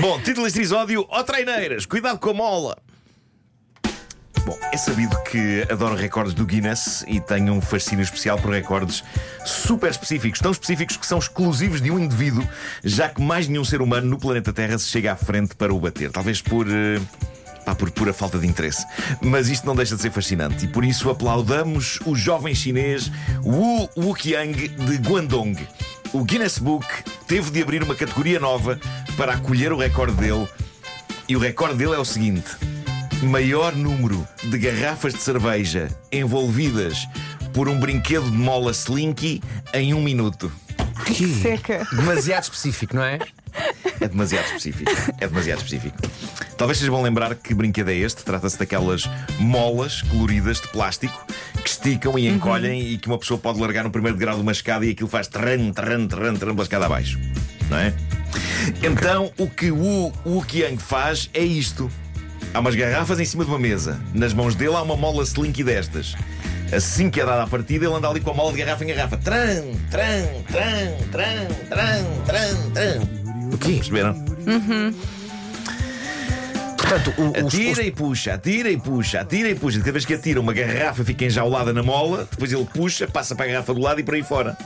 Bom, título deste episódio: Ó treineiras, cuidado com a mola. Bom, é sabido que adoro recordes do Guinness e tenho um fascínio especial por recordes super específicos, tão específicos que são exclusivos de um indivíduo, já que mais nenhum ser humano no planeta Terra se chega à frente para o bater. Talvez por. eh, pá, por pura falta de interesse. Mas isto não deixa de ser fascinante e por isso aplaudamos o jovem chinês Wu Wuqiang de Guangdong. O Guinness Book teve de abrir uma categoria nova para acolher o recorde dele e o recorde dele é o seguinte: maior número de garrafas de cerveja envolvidas por um brinquedo de mola slinky em um minuto. Seca. Demasiado específico, não é? É demasiado específico. É demasiado específico. Talvez vocês vão lembrar que brinquedo é este. Trata-se daquelas molas coloridas de plástico que esticam e encolhem e que uma pessoa pode largar no primeiro degrau de uma escada e aquilo faz tran, tran, tran, tran pela escada abaixo. Não é? Então, o que o Wuqiang faz é isto. Há umas garrafas em cima de uma mesa. Nas mãos dele há uma mola slinky destas. Assim que é dada a partida, ele anda ali com a mola de garrafa em garrafa. Tran, tran, tran, tran, tran, tran, tran. O quê? Perceberam? Portanto, o, os, Uhum. Atira e puxa, atira e puxa, atira e puxa. De cada vez que atira, uma garrafa fica enjaulada na mola, depois ele puxa, passa para a garrafa do lado e por aí fora.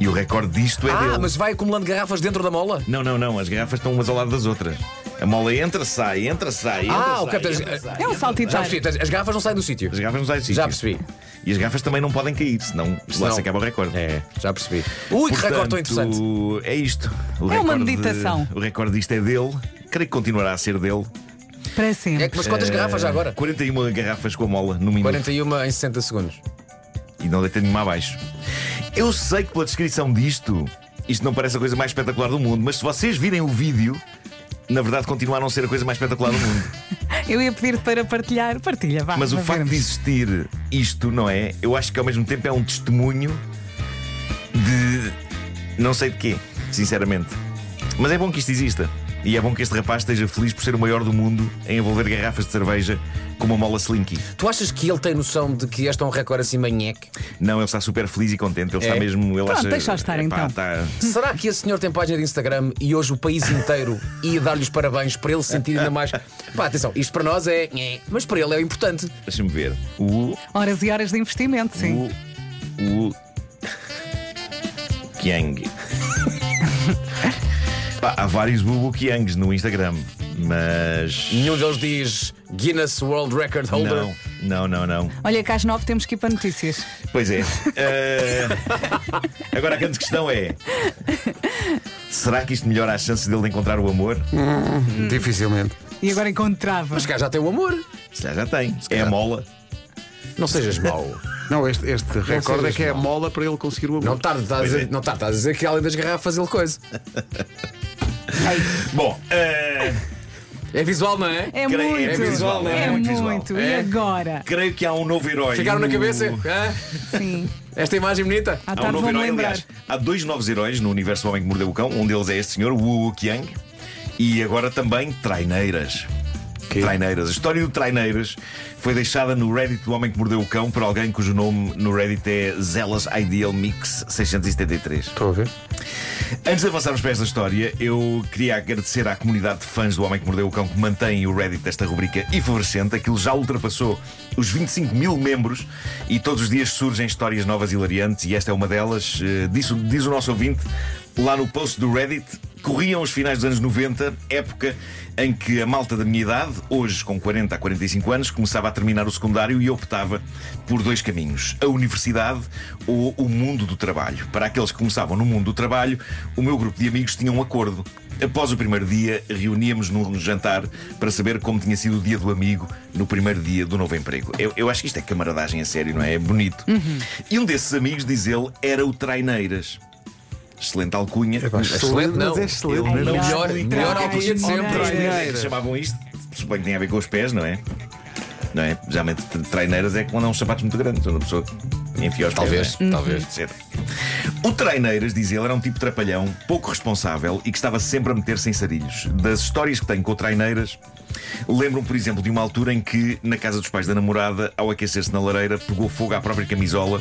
E o recorde disto é Ah, dele. mas vai acumulando garrafas dentro da mola? Não, não, não, as garrafas estão umas ao lado das outras. A mola entra, sai, entra, sai. entra, Ah, sai, ok, portanto, entra, as- sai, É um entra, Já saltitar. percebi, as garrafas não saem do sítio. As garrafas não saem do sítio. Já percebi. E as garrafas também não podem cair, senão, lá Senão- se acaba o recorde. É, já percebi. Ui, que Portanto, recorde tão interessante. É isto. O É uma recorde- meditação. O recorde disto é dele. Creio que continuará a ser dele. Para sempre. É que- mas eh, quantas garrafas já agora? 41 garrafas com a mola no minuto. 41 em 60 segundos. e não deitei nenhuma abaixo. Eu sei que pela descrição disto, isto não parece a coisa mais espetacular do mundo, mas se vocês virem o vídeo, na verdade continua a não ser a coisa mais espetacular do mundo. Eu ia pedir para partilhar. Partilha, vá. Mas o para facto de vermos. existir isto, não é? Eu acho que ao mesmo tempo é um testemunho de. não sei de quê, sinceramente. Mas é bom que isto exista. E é bom que este rapaz esteja feliz por ser o maior do mundo em envolver garrafas de cerveja com uma mola slinky. Tu achas que ele tem noção de que este é um recorde assim manheque? Não, ele está super feliz e contente. Ele É? está mesmo. Ele Pronto, acha, deixa-o estar, Epá, tá, então. está- Será que esse senhor tem página de Instagram e hoje o país inteiro ia dar-lhe os parabéns para ele se sentir ainda mais. Pá, atenção, isto para nós é. nhé, Mas para ele é importante. Deixa-me ver. O. Horas e horas de investimento, sim. O. O. Kiang. Pá, há vários Bubu Kiangs no Instagram, mas. Nenhum deles diz Guinness World Record Holder. Não, não, não, não. Olha, cá às nove temos que ir para notícias. Pois é. Eh, Agora a grande questão é: será que isto melhora as chances dele de encontrar o amor? Dificilmente. E agora encontrava. Mas cá já tem o amor. Se calhar já tem. É a mola. Não sejas mau. Não, este, este recorde é sejas que é a mola para ele conseguir o Não amor. tarde, estás a é. dizer, não tarde, estás a dizer que além das garrafas ele coisa. Bom, eh, É visual, não é? É creio- muito. é visual, não é? É É muito muito. visual. E É? agora? creio que há um novo herói. Ficaram na no- cabeça? hã? Sim. Esta imagem bonita? À Há um tarde novo vão-me herói, tá, lembrar. aliás. Há dois novos heróis no universo do Homem que Mordeu o Cão. Um deles é este senhor, Wu Qiang. E agora também Traineiras. Traineiras. A história do Traineiras foi deixada no Reddit do Homem que Mordeu o Cão por alguém cujo nome no Reddit é Zealous Ideal Mix 673. Estou a ver. Antes de avançarmos para esta história, eu queria agradecer à comunidade de fãs do Homem que Mordeu o Cão que mantém o Reddit desta rubrica efervescente. Aquilo já ultrapassou os 25 mil membros e todos os dias surgem histórias novas e hilariantes e esta é uma delas. Eh, Diz, o- diz o nosso ouvinte lá no post do Reddit. Corriam os finais dos anos 90, época em que a malta da minha idade, hoje com 40 a 45 anos, começava a terminar o secundário e optava por dois caminhos: a universidade ou o mundo do trabalho. Para aqueles que começavam no mundo do trabalho, o meu grupo de amigos tinha um acordo. Após o primeiro dia, reuníamos num jantar para saber como tinha sido o dia do amigo no primeiro dia do novo emprego. Eu, eu acho que isto é camaradagem a sério, não é? É bonito. E um desses amigos, diz ele, era o Traineiras. Excelente alcunha. Excelente, não. Mas é excelente. Ele não é? não Melhor, explica. melhor alcunha de sempre. é? Olha. Traineiras. Chamavam isto, suponho que tem a ver com os pés, não é? Não é? Geralmente tra- traineiras é quando há uns sapatos muito grandes, onde a pessoa enfia os pés. Talvez, não é? talvez. Etc. O Treineiras, diz ele, era um tipo trapalhão, pouco responsável e que estava sempre a meter-se em sarilhos. Das histórias que tenho com o Treineiras, lembram, por exemplo, de uma altura em que, na casa dos pais da namorada, ao aquecer-se na lareira, pegou fogo à própria camisola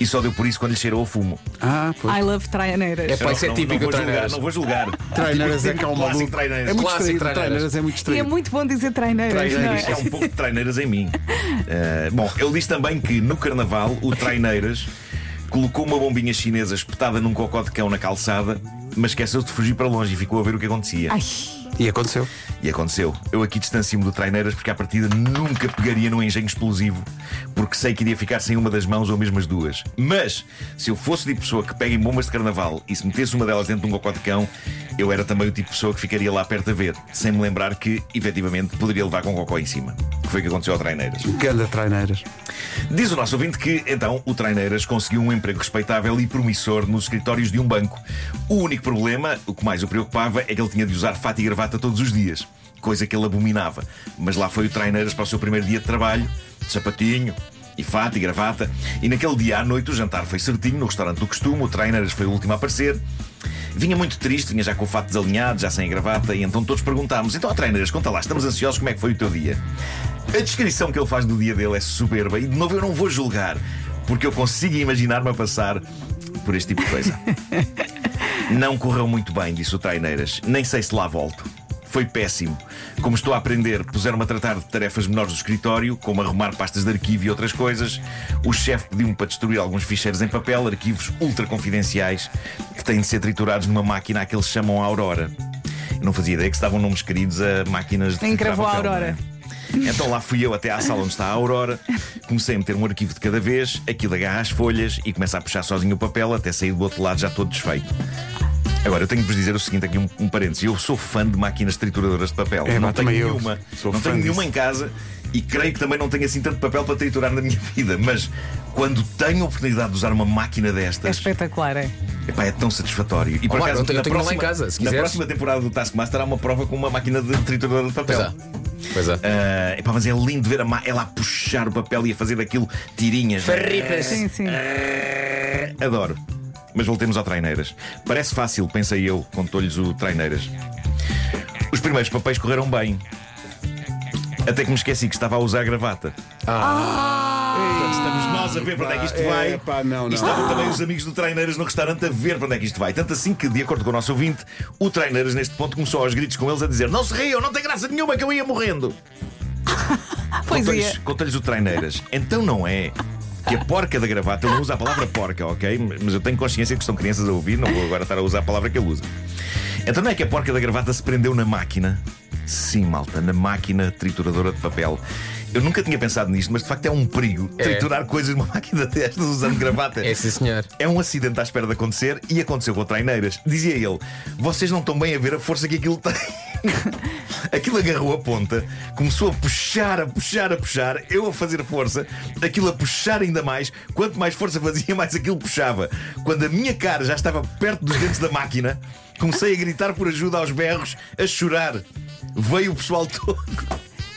e só deu por isso quando lhe cheirou a fumo. Ah, pois. I love treineiras. É pá, isso é não, típico não vou julgar, Treineiras. não vou julgar. Traineiras é Típico cá um clássico maluco. traineiras. É muito Clássico distraído. traineiras. Traineiras é muito E é distraído. muito bom dizer treineiras, não é? Isto é um pouco de traineiras em mim. Eh, bom, ele diz também que no carnaval o traineiras colocou uma bombinha chinesa espetada num cocó de cão na calçada, mas esqueceu-se de fugir para longe e ficou a ver o que acontecia. Ai, é E aconteceu. E aconteceu. Eu aqui distancio-me do traineiras porque à partida nunca pegaria num engenho explosivo, porque sei que iria ficar sem uma das mãos ou mesmo as duas. Mas, se eu fosse tipo de pessoa que pega em bombas de carnaval e se metesse uma delas dentro de um cocó de cão, eu era também o tipo de pessoa que ficaria lá perto a ver, sem me lembrar que, efetivamente, poderia levar com um cocó em cima. Que foi o que aconteceu ao traineiras. Ganda traineiras. Diz o nosso ouvinte que, então, o Traineiras conseguiu um emprego respeitável e promissor nos escritórios de um banco. O único problema, o que mais o preocupava, é que ele tinha de usar fato e gravata todos os dias, coisa que ele abominava. Mas lá foi o Traineiras para o seu primeiro dia de trabalho, de sapatinho. E fato e gravata, e naquele dia à noite o jantar foi certinho no restaurante do costume, o Traineiras foi o último a aparecer. Vinha muito triste, vinha já com o fato desalinhado, já sem a gravata, e então todos perguntámos: então, ó, Traineiras, conta lá, estamos ansiosos, como é que foi o teu dia? A descrição que ele faz do dia dele é soberba e de novo eu não vou julgar, porque eu consigo imaginar-me a passar por este tipo de coisa. não correu muito bem, disse o Traineiras. Nem sei se lá volto. Foi péssimo. Como estou a aprender, puseram-me a tratar de tarefas menores do escritório, como arrumar pastas de arquivo e outras coisas. O chefe pediu-me para destruir alguns ficheiros em papel, arquivos ultra confidenciais, que têm de ser triturados numa máquina a que eles chamam Aurora. Eu não fazia ideia que estavam nomes queridos a máquinas de triturar Encravou a papel, não é? Aurora. Então lá fui eu até à sala onde está a Aurora, comecei a meter um arquivo de cada vez, aquilo agarra as folhas e começa a puxar sozinho o papel até sair do outro lado já todo desfeito. Agora, eu tenho de vos dizer o seguinte, aqui um, um parênteses. Eu sou fã de máquinas trituradoras de papel. É, não mas tenho também eu nenhuma. sou não fã tenho nenhuma disso. em casa e creio que também não tenho assim tanto papel para triturar na minha vida. Mas quando tenho a oportunidade de usar uma máquina é destas, espetacular, é? epá, é tão satisfatório. E Marco, eu tenho- na eu tenho lá em próxima- casa, se Na quiseres. próxima temporada do Taskmaster há uma prova com uma máquina de trituradora de Pois papel. é. Pois é. Ah, epá, mas é lindo ver a ma- ela a puxar o papel e a fazer daquilo tirinhas. Farripas. Sim, sim. É, Ah, Adoro. Mas voltemos ao Traineiras. Parece fácil, pensei eu, contou-lhes o Traineiras. Os primeiros papéis correram bem. Até que me esqueci que estava a usar a gravata. Portanto, estamos nós a ver para onde é que Ah, isto é um vai. Epá, não, E não. estavam também os amigos do Traineiras no restaurante a ver para onde é que isto vai. Tanto assim que, de acordo com o nosso ouvinte, o Traineiras, neste ponto, começou aos gritos com eles a dizer: Não se riam, não tem graça nenhuma que eu ia morrendo. Pois Conta-lhes é. conta-lhes o treineiras. Então não é que a porca da gravata, eu não uso a palavra porca, ok? Mas eu tenho consciência que estão crianças a ouvir, não vou agora estar a usar a palavra que ele usa. Então não é que a porca da gravata se prendeu na máquina? Sim, malta, na máquina trituradora de papel. Eu nunca tinha pensado nisto, mas de facto é um perigo É. triturar coisas numa máquina destas usando gravata. É sim, senhor. É um acidente à espera de acontecer e aconteceu com o Traineiras. Dizia ele: vocês não estão bem a ver a força que aquilo tem. aquilo agarrou a ponta, começou a puxar, a puxar, a puxar, eu a fazer força, aquilo a puxar ainda mais. Quanto mais força fazia, mais aquilo puxava. Quando a minha cara já estava perto dos dentes da máquina, comecei a gritar por ajuda aos berros, a chorar. Veio o pessoal todo.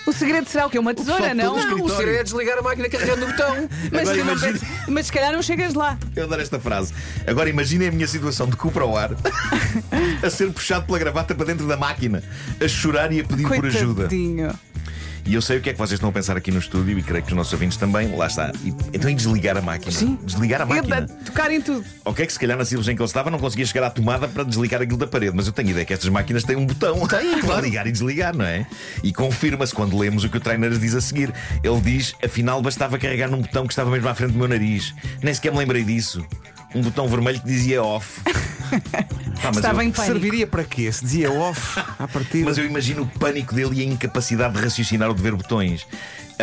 O segredo será o quê? Uma tesoura, não? Ah, um todo Não, o segredo é desligar a máquina carregando o botão. Mas, Agora tu não imagina- pensas- mas se calhar não chegas lá. Eu adoro esta frase. Agora imaginem a minha situação de cu para o ar, a ser puxado pela gravata para dentro da máquina, a chorar e a pedir por ajuda. Coitadinho. E eu sei o que é que vocês estão a pensar aqui no estúdio e creio que os nossos ouvintes também. Lá está. E- então e desligar a máquina? Sim. Desligar a máquina. Eu- Tocar em tudo. Ok, que se calhar na situação em que ele estava não conseguia chegar à tomada para desligar aquilo da parede, mas eu tenho ideia que estas máquinas têm um botão para ligar e desligar, não é? E confirma-se quando lemos o que o trainer diz a seguir. Ele diz: afinal bastava carregar num botão que estava mesmo à frente do meu nariz. Nem sequer me lembrei disso. Um botão vermelho que dizia off. Pá, mas Estava eu- em pânico. Serviria para quê? Se dizia off à partida. mas eu imagino o pânico dele e a incapacidade de raciocinar ou de ver botões.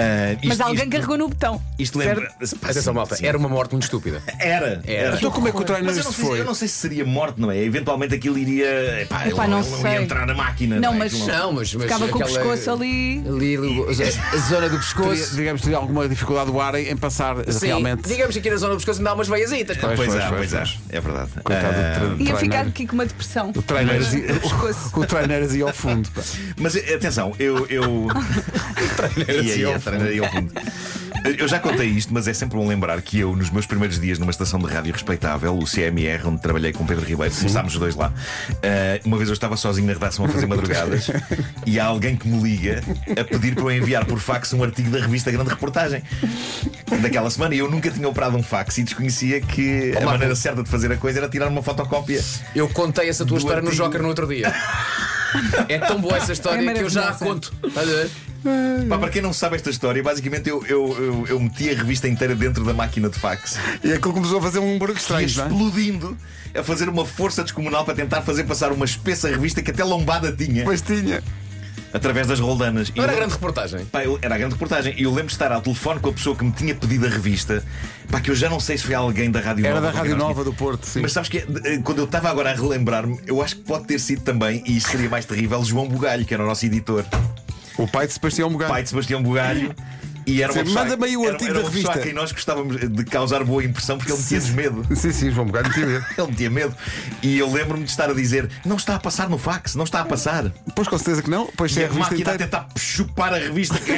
Ah, isto- Mas alguém isto- carregou no botão. Isto lembra. Pá, Atenção, sim, malta. sim. Era uma morte muito estúpida. Era. Era. Então como é que o Mas eu trainer não, se sei, foi? eu não sei se seria morte, não é? Eventualmente aquilo iria. Epá, Epá, ele, não ele sei. ia entrar na máquina. Não, é? mas- Aquilo não- Não, mas. mas Ficava com o aquela- pescoço ali. Ali, ali, a zona do Teria, pescoço. digamos, teria alguma dificuldade do ar em em passar Sim, realmente. digamos que aqui na zona do pescoço ainda há umas veiazitas. pá. Pois, Pois, é, pois, pois, é. pois. É verdade. Coitado do Ah, trainer. Ia Trainer. ficar aqui com uma depressão. O traineiras ia- pescoço. o traineiras ia ao fundo. pá. mas eh, atenção, eu. eu... Ia, ia, trainer ia ao fundo. Eu já contei isto, mas é sempre bom lembrar que eu, nos meus primeiros dias numa estação de rádio respeitável, o CMR, onde trabalhei com Pedro Ribeiro, começámos os dois lá. ah, uma vez eu estava sozinho na redação a fazer madrugadas e há alguém que me liga a pedir para eu enviar por fax um artigo da revista Grande Reportagem daquela semana e eu nunca tinha operado um fax e desconhecia que a Olá, maneira Pedro. certa de fazer a coisa era tirar uma fotocópia. Eu contei essa Do tua história no antigo. Joker no outro dia. É tão boa essa história É que eu já a maravilhosa. conto. Estás a ver? Pá, para quem não sabe esta história, basicamente eu, eu, eu, eu meti a revista inteira dentro da máquina de fax. E aquilo começou a fazer um barulho e estranho, não é? explodindo a fazer uma força descomunal para tentar fazer passar uma espessa revista que até lombada tinha Pois tinha. através das roldanas. E Não era eu- grande reportagem. Pá, eu- era a grande reportagem. E eu lembro de estar ao telefone com a pessoa que me tinha pedido a revista. Pá, que eu já não sei se foi alguém da Rádio Era Nova. da porque Rádio nós Nova tínhamos- do Porto, sim. Mas sabes que eh, quando eu estava agora a relembrar-me, eu acho que pode ter sido também, e isto seria mais terrível, João Bugalho, que era o nosso editor, O pai de Sebastião Mugato. pai de Sebastião Bugalho. E era uma Sim, pessoa, manda-me aí o era- artigo era da uma pessoa a revista. quem nós gostávamos de causar boa impressão porque ele metia-nos medo. Sim, sim, João Mugato, tinha medo. Ele tinha medo. E eu lembro-me de estar a dizer: não está a passar no fax, não está a passar. Pois com certeza que não. Pois E é a a revista máquina a inteira. tentar chupar a revista. Quê?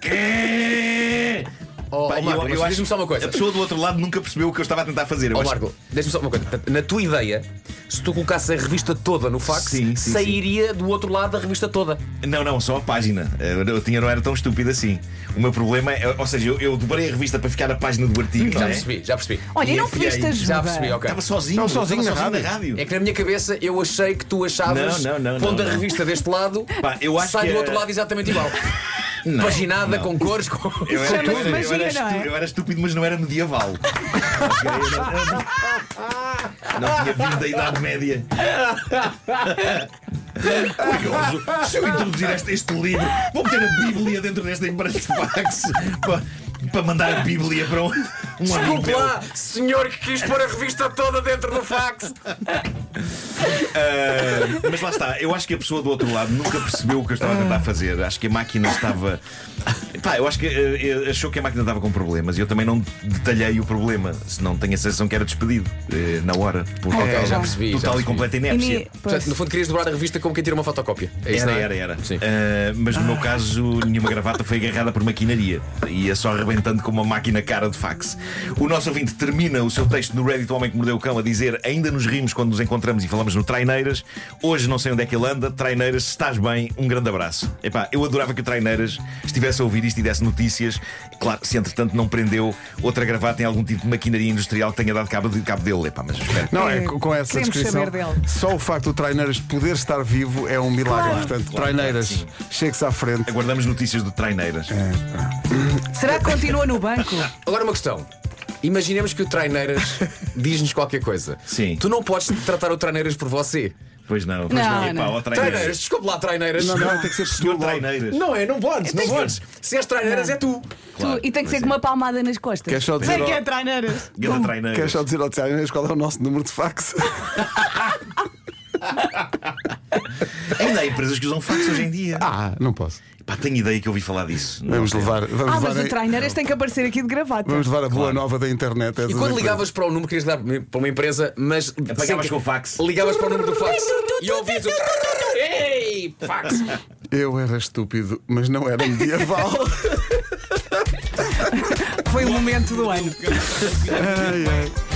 Quê? Oh, Pá, oh, Marco, mas diz-me só uma coisa. A pessoa do outro lado nunca percebeu o que eu estava a tentar fazer. Eu Ó acho- Marco, deixa-me só uma coisa. Portanto, Na tua ideia, se tu colocasses a revista toda no fax, Sim, sim, sairia do outro lado da revista toda. Não, não, só a página. Eu eu tinha, não era tão estúpido assim. O meu problema é, ou seja, eu, eu dobrei a revista para ficar a página do artigo. Hum, Já não é? percebi, já percebi. Olha, e E não enfiei. pediste ajuda. Já percebi, ok. Estava sozinho, Estava sozinho estava na rádio. É que na minha cabeça eu achei que tu achavas Não, não, não, não, pondo a não. revista deste lado, Pá, eu acho sai que do é- outro lado exatamente igual. Paginada, não. com cores, com. Eu era, Chama-se eu era- eu era magia, não é? estu- eu era estúpido, mas não era medieval. Ok? Eu não, eu não- não tinha vindo da Idade Média. Curioso, se eu introduzir este, este livro, vou meter a Bíblia dentro desta empresa de fax para, para mandar a Bíblia para um, um amigo Desculpe meu. lá, senhor que quis pôr a revista toda dentro do fax. Ah, mas lá está, eu acho que a pessoa do outro lado nunca percebeu o que eu estava a tentar fazer. Acho que a máquina estava. Pá, eu acho que eh, achou que a máquina estava com problemas e eu também não detalhei o problema, senão tenho a sensação que era despedido eh, na hora. Por Ok, já percebi, já Total e percebi. completa E inépcia. ni- pois. Portanto, no fundo, querias dobrar a revista como quem tira uma fotocópia. É isso, Era, não é? era, era. Sim. Ah, mas no meu caso, nenhuma gravata foi agarrada por maquinaria. Ia só arrebentando com uma máquina cara de fax. O nosso ouvinte termina o seu texto no Reddit, o Homem que Mordeu o Cão, a dizer: Ainda nos rimos quando nos encontramos e falamos no Traineiras. Hoje não sei onde é que ele anda. Traineiras, se estás bem, um grande abraço. Epá, eu adorava que o Traineiras estivesse a ouvir isto e desse notícias. Claro que se entretanto não prendeu outra gravata em algum tipo de maquinaria industrial que tenha dado cabo, de, cabo dele. Epá, mas espero. que- Não, É, é com com essa queremos descrição. saber dele. Só o facto do Traineiras poder estar vivo é um milagre. Claro. Portanto, Claro, Traineiras, claro, chegue-se à frente. Aguardamos notícias do Traineiras. Será que continua no banco? Agora uma questão. Imaginemos que o Traineiras diz-nos qualquer coisa. Sim. Tu não podes tratar o Traineiras por você. Pois não, pois Não, não. Epá, não. ó, Traineiras, traineiras. desculpa lá, Traineiras. Não, não, tem que ser Senhor tu logo. Traineiras. Não é, não podes, não Tem que- podes. Se és Traineiras, Não. é tu. Claro, Tu- e tem que ser pois com é. uma palmada nas costas. Quer só dizer Sei ao- que é treineiras. Ganda traineiras. Queres só dizer ao Traineiras qual é o nosso número de fax? Ainda há empresas que usam fax hoje em dia. Ah, não posso. Pá, tenho ideia que ouvi falar disso. Não Vamos sei. levar, vamos Ah, levar, mas a- o treineiras tem que aparecer aqui de gravata. vamos levar a boa nova da internet. E quando ligavas para o número, querias dar para uma empresa, mas. Apagavas sem- com o fax. Ligavas para o número do fax e ouvias o. Ei, fax! Eu era estúpido, mas não era medieval. Foi o momento do ano. ai, ai.